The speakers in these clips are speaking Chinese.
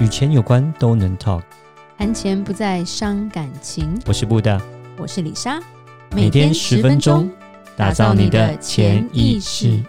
与钱有关都能 talk。谈钱不再伤感情。我是布大，我是李莎，每天十分钟，打造你的潜意识，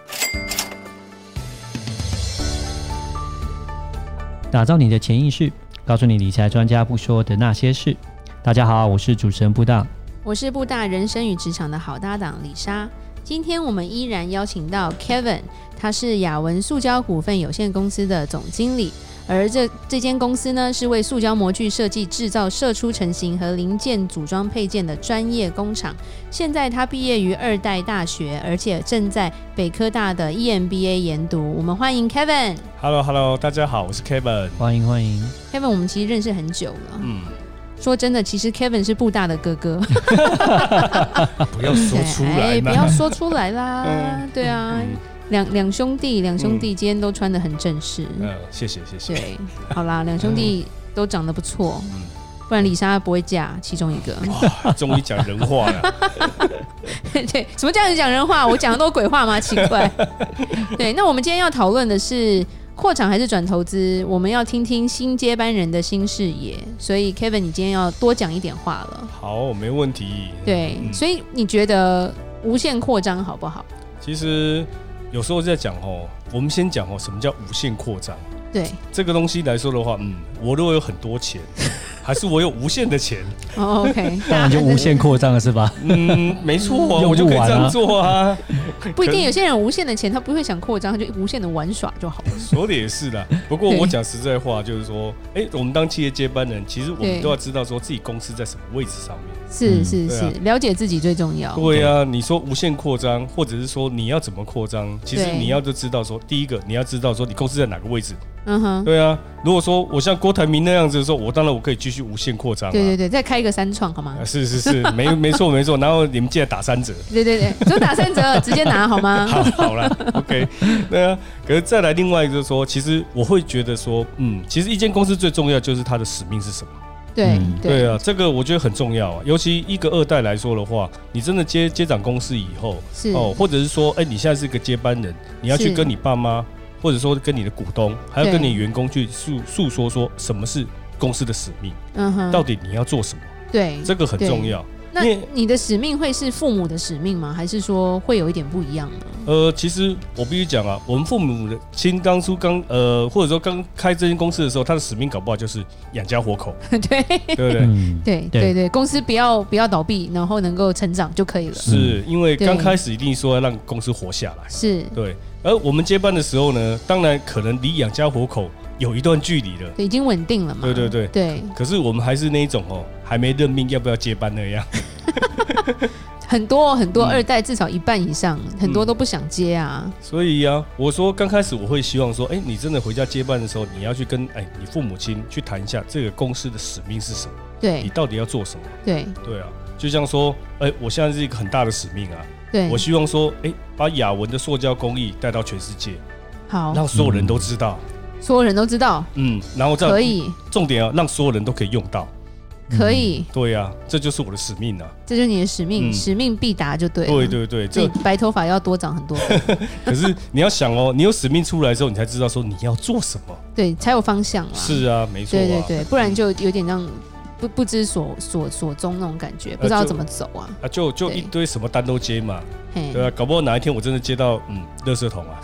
打造你的潜意识，告诉你理财专家不说的那些事。大家好，我是主持人布大。我是布大人生与职场的好搭档李莎。今天我们依然邀请到 Kevin，他是雅文塑胶股份有限公司的总经理，而这这间公司呢是为塑胶模具设计、制造、射出成型和零件组装配件的专业工厂。现在他毕业于二代大学，而且正在北科大的 E EMBA 研读。我们欢迎 Kevin。 Hello Hello，大家好，我是 Kevin。欢迎欢迎， Kevin，我们其实认识很久了。嗯，说真的，其实 Kevin 是布大的哥哥。啊不要说出来哎，不嘛。要说出来啦。对啊，嗯两两兄弟，两兄弟今天都穿的很正式。 嗯，谢谢谢谢。对，好啦，两兄弟都长得不错，不然李莎不会嫁其中一个。 哇，嗯终于讲人话了。对，什么叫你讲人话？我讲的都是鬼话 吗？奇怪。对，那我们今天要讨论的是。扩厂还是转投资？我们要听听新接班人的新视野，所以 Kevin，你今天要多讲一点话了。好，没问题。对，嗯所以你觉得无限扩张好不好？其实有时候在讲哦，我们先讲哦，什么叫无限扩张？对，这个东西来说的话，嗯，我如果有很 多钱，还是我有无限的钱，哦，OK， 当然就无限扩张了，是吧？嗯，没错用啊，不我就可以完啊这样做啊。不一定，有些人无限的钱，他不会想扩张，他就无限的玩耍就好了。说的也是啦。不过对我讲实在话，就是说，哎，我们当企业接班人，其实我对们都要知道说自己公司在什么位置上面。是嗯是对是啊，了解自己最重要。对呀、啊，你说无限扩张，或者是说你要怎么扩张，其实对你要就知道说，第一个你要知道说你公司在哪个位置。嗯哼，对啊，如果说我像郭台铭那样子的时候，我当然我可以继续无限扩张啊。对对对，再开一个三创好吗啊，？是是是，没 没错没错。然后你们记得 打三折，对对对， 只有打三折，直接拿好吗？好好了，OK。对啊，可是再来另外一个就是说，其实我会觉得说，嗯，其实一间公司最重要就是它的使命是什么。对嗯对对啊，这个我觉得很重要啊，尤其一个二代来说的话，你真的接接掌公司以后，是哦，或者是说，哎、你现在是个接班人，你要是去跟你爸妈，或者说跟你的股东，还要对跟你员工去诉诉说说什么是公司的使命，嗯到哼，底你要做什么，对。这个很重要。那因为你的使命会是父母的使命吗？还是说会有一点不一样呢？呃，其实我必须讲啊，我们父母的亲当初刚呃，或者说刚开这间公司的时候，他的使命搞不好就是养家 活口，对 对不对？嗯，对对对对，公司不要不要倒闭，然后能够成长就可以了。是因为对刚开始一定说要让公司活下来，是，对。而我们接班的时候呢，当然可能离养家活口有一段距离了。对已经稳定了嘛？对对对对，可是我们还是那一种哦，还没任命要不要接班那样。 很多很多嗯二代至少一半以上，很多嗯都不想接啊。所以呀、我说刚开始我会希望说，哎，你真的回家接班的时候，你要去跟哎你父母亲去谈一下这个公司的使命是什么，你对到底要做什么？对对啊，就像说，哎，我现在是一个很大的使命啊，对我，希望说，哎，把雅文的塑胶工艺带到全世界，好，让所有人都知道，所有人都知道，嗯，然后再可以重点啊，让所有人都可以用到。可以，对呀、啊，这就是我的使命啊。这就是你的使命，嗯使命必达就对了。对对对，所以这白头发要多长很 多，可是你要想哦，你有使命出来之后，你才知道说你要做什么。对，才有方向啦。，是啊，没错、啊。对对对，不然就有点让不不知所所所踪那种感觉，不知道呃就怎么走啊。啊，就就对嗯一堆什么单都接嘛，嘿，对啊，搞不好哪一天我真的接到嗯， 垃圾桶啊，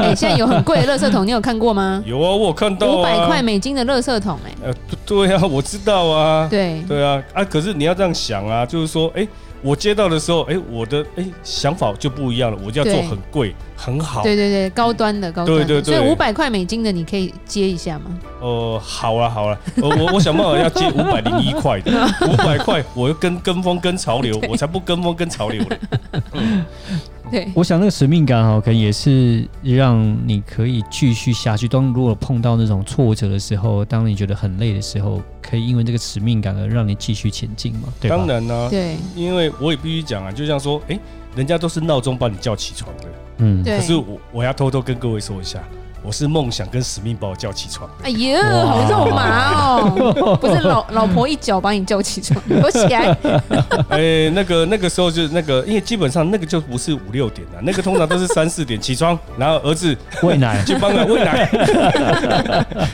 哎，现在有很贵的垃圾 桶，你有看过吗？有啊，我有看到啊，五百块，美金的垃圾桶，哎，呃，对对啊，我知道啊，对对啊，啊，可是你要这样想啊，就是说，哎，我接到的时候，哎，我的哎想法就不一样了，我就要做对很贵很好，对对对，高端的高端的，对对对所以五百块美金的你可以接一下吗？哦，好啊好啊，呃我我想办法要接五百零一 块的，五百块，我要跟跟风跟潮流，我才不跟风跟潮流嘞，对我想那个使命感哈，哦可能也是让你可以继续下去。当如果碰到那种挫折的时候，当你觉得很累的时候，可以因为这个使命感而让你继续前进嘛，对吧？当，然呢，对因为我也必须讲啊，就像说，哎，人家都是闹钟把你叫起床的。嗯，对，可是我我要偷偷跟各位说一下，我是梦想跟使命把我叫起床。 哎呦，哇好肉麻哦！不是老老婆一脚把你叫起床，我起 来。哎、那个那个时候就是那个，因为基本上那个就不是五六点了、那个通常都是三四点起床，然后儿子喂奶，去帮忙 喂奶。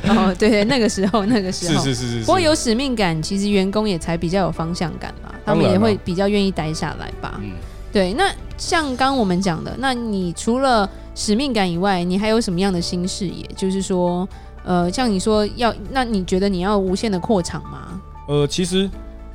哦，对对，那个时候那个时是候，是是是不过是。哦有使命感，其实员工也才比较有方向感嘛，他们当然也啦会比较愿意待下来吧。嗯，对，那像刚我们讲的，那你除了使命感以外，你还有什么样的新视野？就是说，呃，像你说要，那你觉得你要无限的扩场吗？呃，其实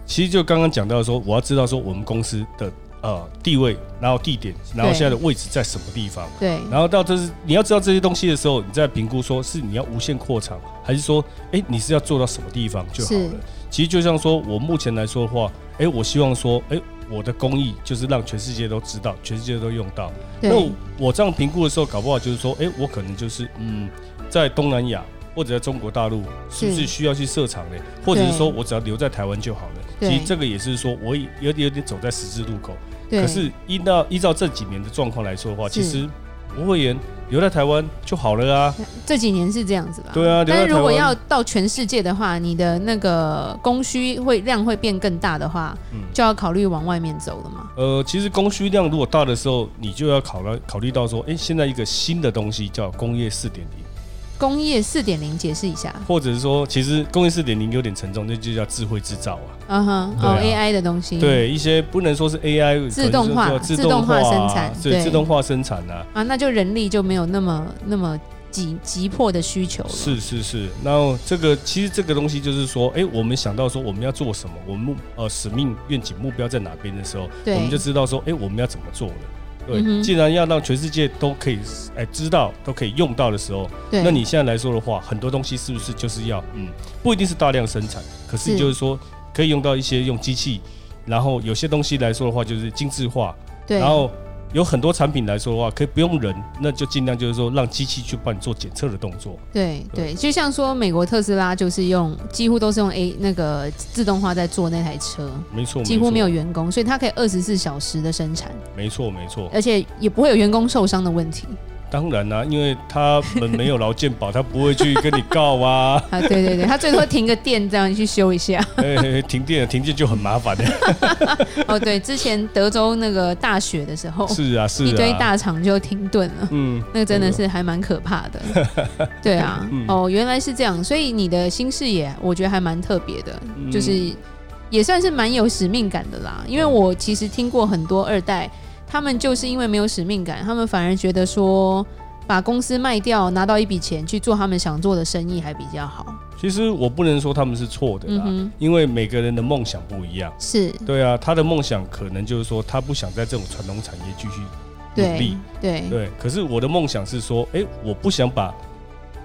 其实就刚刚讲到说，我要知道说我们公司的呃地位，然后地点，然后对现在的位置在什么地方。对，然后到这是你要知道这些东西的时候，你再评估说是你要无限扩场，还是说，哎，你是要做到什么地方就好是了。其实就像说我目前来说的话，哎，我希望说，哎，我的工艺就是让全世界都知道，全世界都用到。那我对，我这样评估的时候，搞不好就是说，哎，我可能就是嗯，在东南亚或者在中国大陆，是不是是需要去设厂呢？或者是说我只要留在台湾就好了。对其实这个也是说，我也有点有点走在十字路口。对，可是依照依照这几年的状况来说的话，是其实无会员留在台湾就好了啊。这几年是这样子吧？对啊留在但是如果台湾要到全世界的话，你的那个供需会量会变更大的话，嗯就要考虑往外面走了嘛。呃，其实供需量如果大的时候，你就要考虑考虑到说，哎、现在一个新的东西叫工业四点零，工业四点零，解释一下。或者是说，其实工业四点零有点沉重，那就叫智慧制造啊。嗯哼，对哦啊，AI 的东西。对，一些不能说是 AI 自动化可能就是自说自动动化化啊生产对，对自动化生产啊。啊，那就人力就没有那么那么急急迫的需求了。是是是，然后这个其实这个东西就是说，哎、我们想到说我们要做什么，我们目呃使命、愿景、目标在哪边的时候，对我们就知道说，哎、我们要怎么做了。对，嗯哼既然要让全世界都可以哎、知道，都可以用到的时候，对，那你现在来说的话，很多东西是不是就是要嗯，不一定是大量生产，可是是就是说可以用到一些用机器，然后有些东西来说的话就是精致化，对，然后有很多产品来说的话，可以不用人，那就尽量就是说让机器去帮你做检测的动作。对对，就像说美国特斯拉就是用几乎都是用 A 那个自动化在做那台车，没错，几乎没没有错，员工，所以它可以二十四小时的生产，没错，没错。而且也不会有员工受伤的问题当然啦、因为他们没有劳健保，他不会去跟你告 啊。啊。对对对，它最多停个电这样你去修一 下。哎，停电了，停电就很麻烦的。哦，对，之前德州那个大雪的时候，是啊，是啊。哦一堆大厂就停顿了。嗯，那个真的是还蛮可怕的，对 啊，哦，原来是这样，所以你的新视野我觉得还蛮特别的，嗯就是也算是蛮有使命感的啦。因为我其实听过很多二代，他们就是因为没有使命感，他们反而觉得说把公司卖掉，拿到一笔钱去做他们想做的生意还比较好。其实我不能说他们是错的嗯啦，哼，因为每个人的梦想不一样。是对啊，他的梦想可能就是说他不想在这种传统产业继续努对力。对对，可是我的梦想是说，哎、我不想把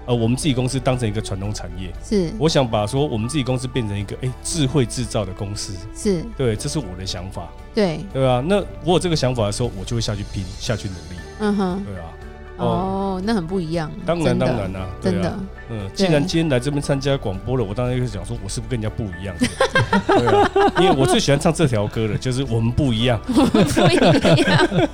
呃我们自己公司当成一个传统产业，是我想把说我们自己公司变成一个哎、诶智慧制造的公司，是，对，这是我的想法，对，对吧、那我有这个想法的时候，我就会下去拼，下去努力，嗯哼，对啊。哦，哦，那很不一样，当然真的当然啦、对真的啊，。嗯，既然今天来这边参加广播了，我当然就是讲说我是不是跟人家不 一样的，对啊，因为我最喜欢唱这条歌了，就是我们不一样，不一样。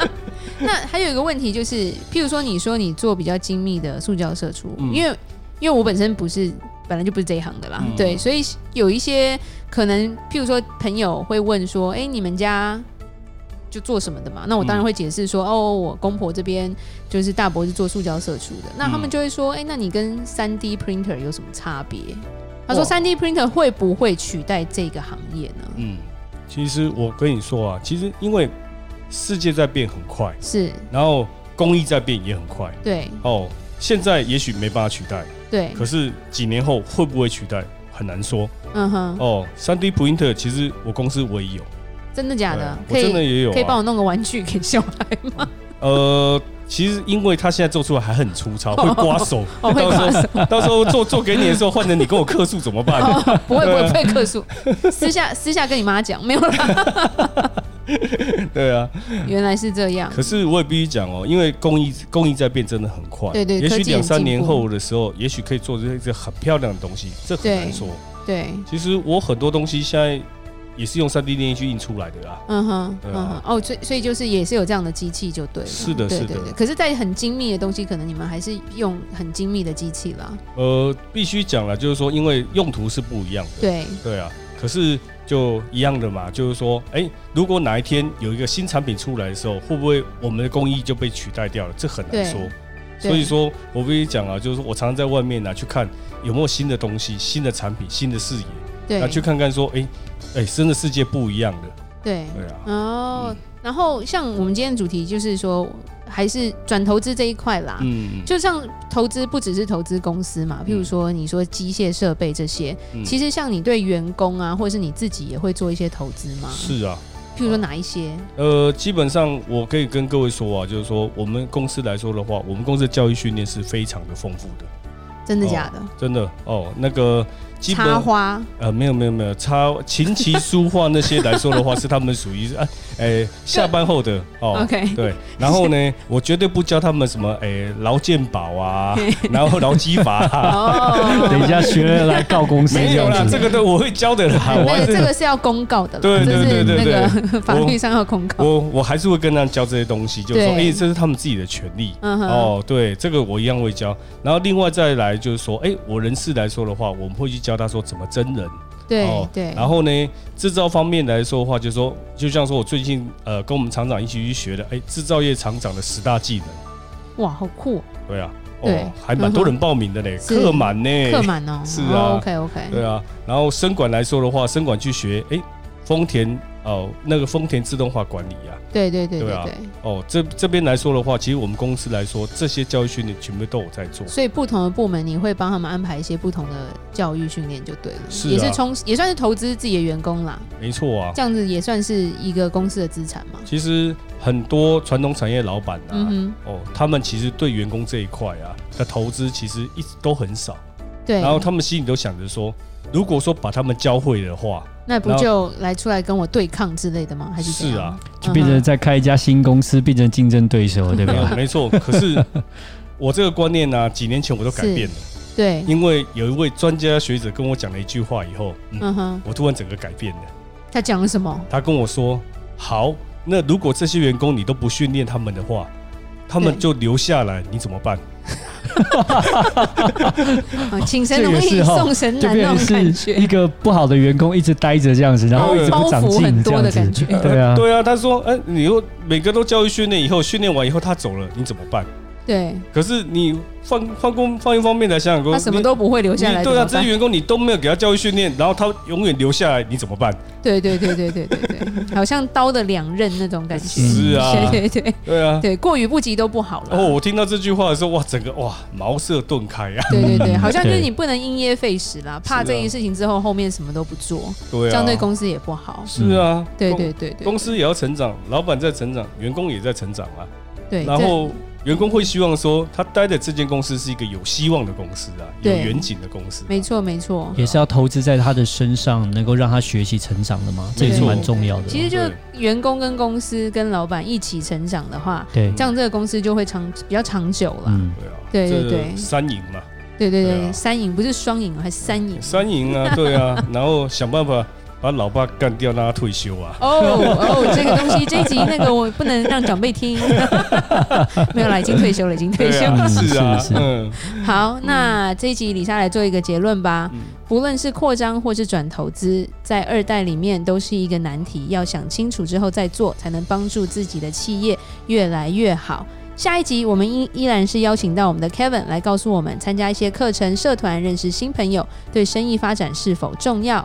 那还有一个问题就是，譬如说，你说你做比较精密的塑胶射出，嗯因为因为我本身不是本来就不是这一行的啦，嗯对，所以有一些可能，譬如说朋友会问说，哎、你们家。就做什么的嘛？那我当然嗯会解释说，哦，我公婆这边就是大伯是做塑胶射出的。那他们嗯就会说，哎、那你跟三 D printer 有什么差别？他说，哇三 D printer 会不会取代这个行业呢？嗯，其实我跟你说啊，其实因为世界在变很快，是，然后工艺在变也很快对，哦。现在也许没办法取代，对，可是几年后会不会取代很难说嗯哼。哦。3 D printer 其实我公司我也有，真的假对的啊？我可真的以也有、可以帮啊。我弄个玩具给小 孩吗？呃，其实因为它现在做出来还很粗 糙，会刮手，哦，会到刮时手，候到时候做做给你的时候，换成你跟我客诉怎么办？哦不会不会不会克数，私下私下跟你妈讲，没有 啦。 对啊，原来是这样，可是我也必须讲哦，因为工艺工艺在变，真的很快。对对也科许技很两三年进步后的时候，也许可以做出一个很漂亮的东西，这很对难说。对其实我很多东西现在也是用三 D 列印去印出来的啊。嗯哼，对嗯啊哼，哦，所以所以就是也是有这样的机器就对了，是的对是对的对。可是，在很精密的东西，可能你们还是用很精密的机器啦。呃，必须讲了，就是说，因为用途是不一样的。对，对啊，可是就一样的嘛，就是说，哎、如果哪一天有一个新产品出来的时候，会不会我们的工艺就被取代掉了？这很难对说。对所以说，我跟你讲啊，就是说我常常在外面啊呢、去看有没有新的东西、新的产品、新的视野，对那，去看看说，哎、哎、真的世界不一样的，对，对啊，哦，然后像我们今天的主题就是说，还是转投资这一块啦。嗯，就像投资不只是投资公司嘛，譬如说你说机械设备这些，嗯其实像你对员工啊，或者是你自己也会做一些投资嘛。是啊，譬如说哪一些？呃，基本上我可以跟各位说啊，就是说我们公司来说的话，我们公司的教育训练是非常的丰富的，真的假的？真的哦，那个基本插花呃，没有没有没有，插琴 棋书画那些来说的话，是他们属于是啊，哎、下班后的哦。 ，OK，对，然后呢，我绝对不教他们什么，哎、劳健保 啊，然后劳基法、啊，哦，等一下学了来告公司 没有这啦样，子这个都我会教的 啦，我那还个这是个是要公告的啦，对这对是对对 那个法律上要公告。我我还是会跟他们教这些东西，就是说，哎、对这是他们自己的权利。嗯哼，哦，对，这个我一样会教。然后另外再来就是说，哎、我人事来说的话，我们会去教他说怎么真人。对哦对，然后呢，制造方面来说的话，就是说，就像说我最近呃跟我们厂长一起去学的，哎，制造业厂长的十大技能，哇，好酷，哦对啊，对嗯哦，还蛮多人报名的嘞，是客满呢，客满哦，哎是啊 o k OK，对啊。然后生管来说的话，生管去学，哎，丰田哦，那个丰田自动化管理啊，对对对对啊对，哦，这这边来说的话，其实我们公司来说，这些教育训练全部都有在做，所以不同的部门你会帮他们安排一些不同的教育训练就对了，是啊也是充也算是投资自己的员工啦，没错啊。这样子也算是一个公司的资产嘛。其实很多传统产业老板啊，嗯哦，他们其实对员工这一块啊的投资，其实一直都很少。哼，对，然后他们心里都想着说，如果说把他们教会的话，那不然后就来出来跟我对抗之类的吗？还是怎是样啊，就变成嗯哼在开一家新公司，变成竞争对手，对没嗯有吧？没错。可是我这个观念呢、几年前我都改变了，对，因为有一位专家学者跟我讲了一句话以后，嗯，嗯哼，我突然整个改变了。他讲了 什么？他跟我说，好，那如果这些员工你都不训练他们的话，他们对就留下来，你怎么办？啊，请神这容也易是哈送神就难变那成种感是一觉，个不好的员工一直待着这样子，然后一直不哦包长袱很进这多样的感觉子。。对啊，对啊，他说，哎、你又每个都教育训练以后，训练完以后他走了，你怎么办？对可是你放放工放一方面来想想，他什么你都不会留下来，你对啊，怎么这些办员工你都没有给他教育训练，然后他永远留下来，你怎么办？对对对对对对 对，好像刀的两刃那种感觉。是 啊，对嗯对对对啊。对，过于不及都不好了。哦，我听到这句话的时候，哇，整个哇茅塞顿开 啊！对对对，嗯好像就是对你不能因噎废食啦，怕是啊这件事情之后后面什么都不做，对啊，这样对公司也不好。是啊，对公对对对，公司也要成长，老板在成长，员工也在成长啊。对，然这后员工会希望说，他待的这间公司是一个有希望的公司啊，有对远景的公司啊。没错没错，也是要投资在他的身上，能够让他学习成长的嘛，这也是没错蛮重要的。嗯其实就是员工跟公司跟老板一起成长的话，对，这样这个公司就会长比较长久了。嗯，对啊，对对这对三赢嘛，对对对对，啊三赢不是双赢，还是 三赢。三赢啊，对啊，然后想办法把老爸干掉，让他退休啊。哦哦，这个东西这一集那个我不能让长辈听， 没有啦，已经退休了，已经退对休了。啊，是啊，是是嗯，好，那这一集李莎来做一个结论吧。嗯不论是扩张或是转投资，在二代里面都是一个难题，要想清楚之后再做，才能帮助自己的企业越来越好。下一集我们依依然是邀请到我们的 Kevin 来告诉我们，参加一些课程、社团，认识新朋友，对生意发展是否重要。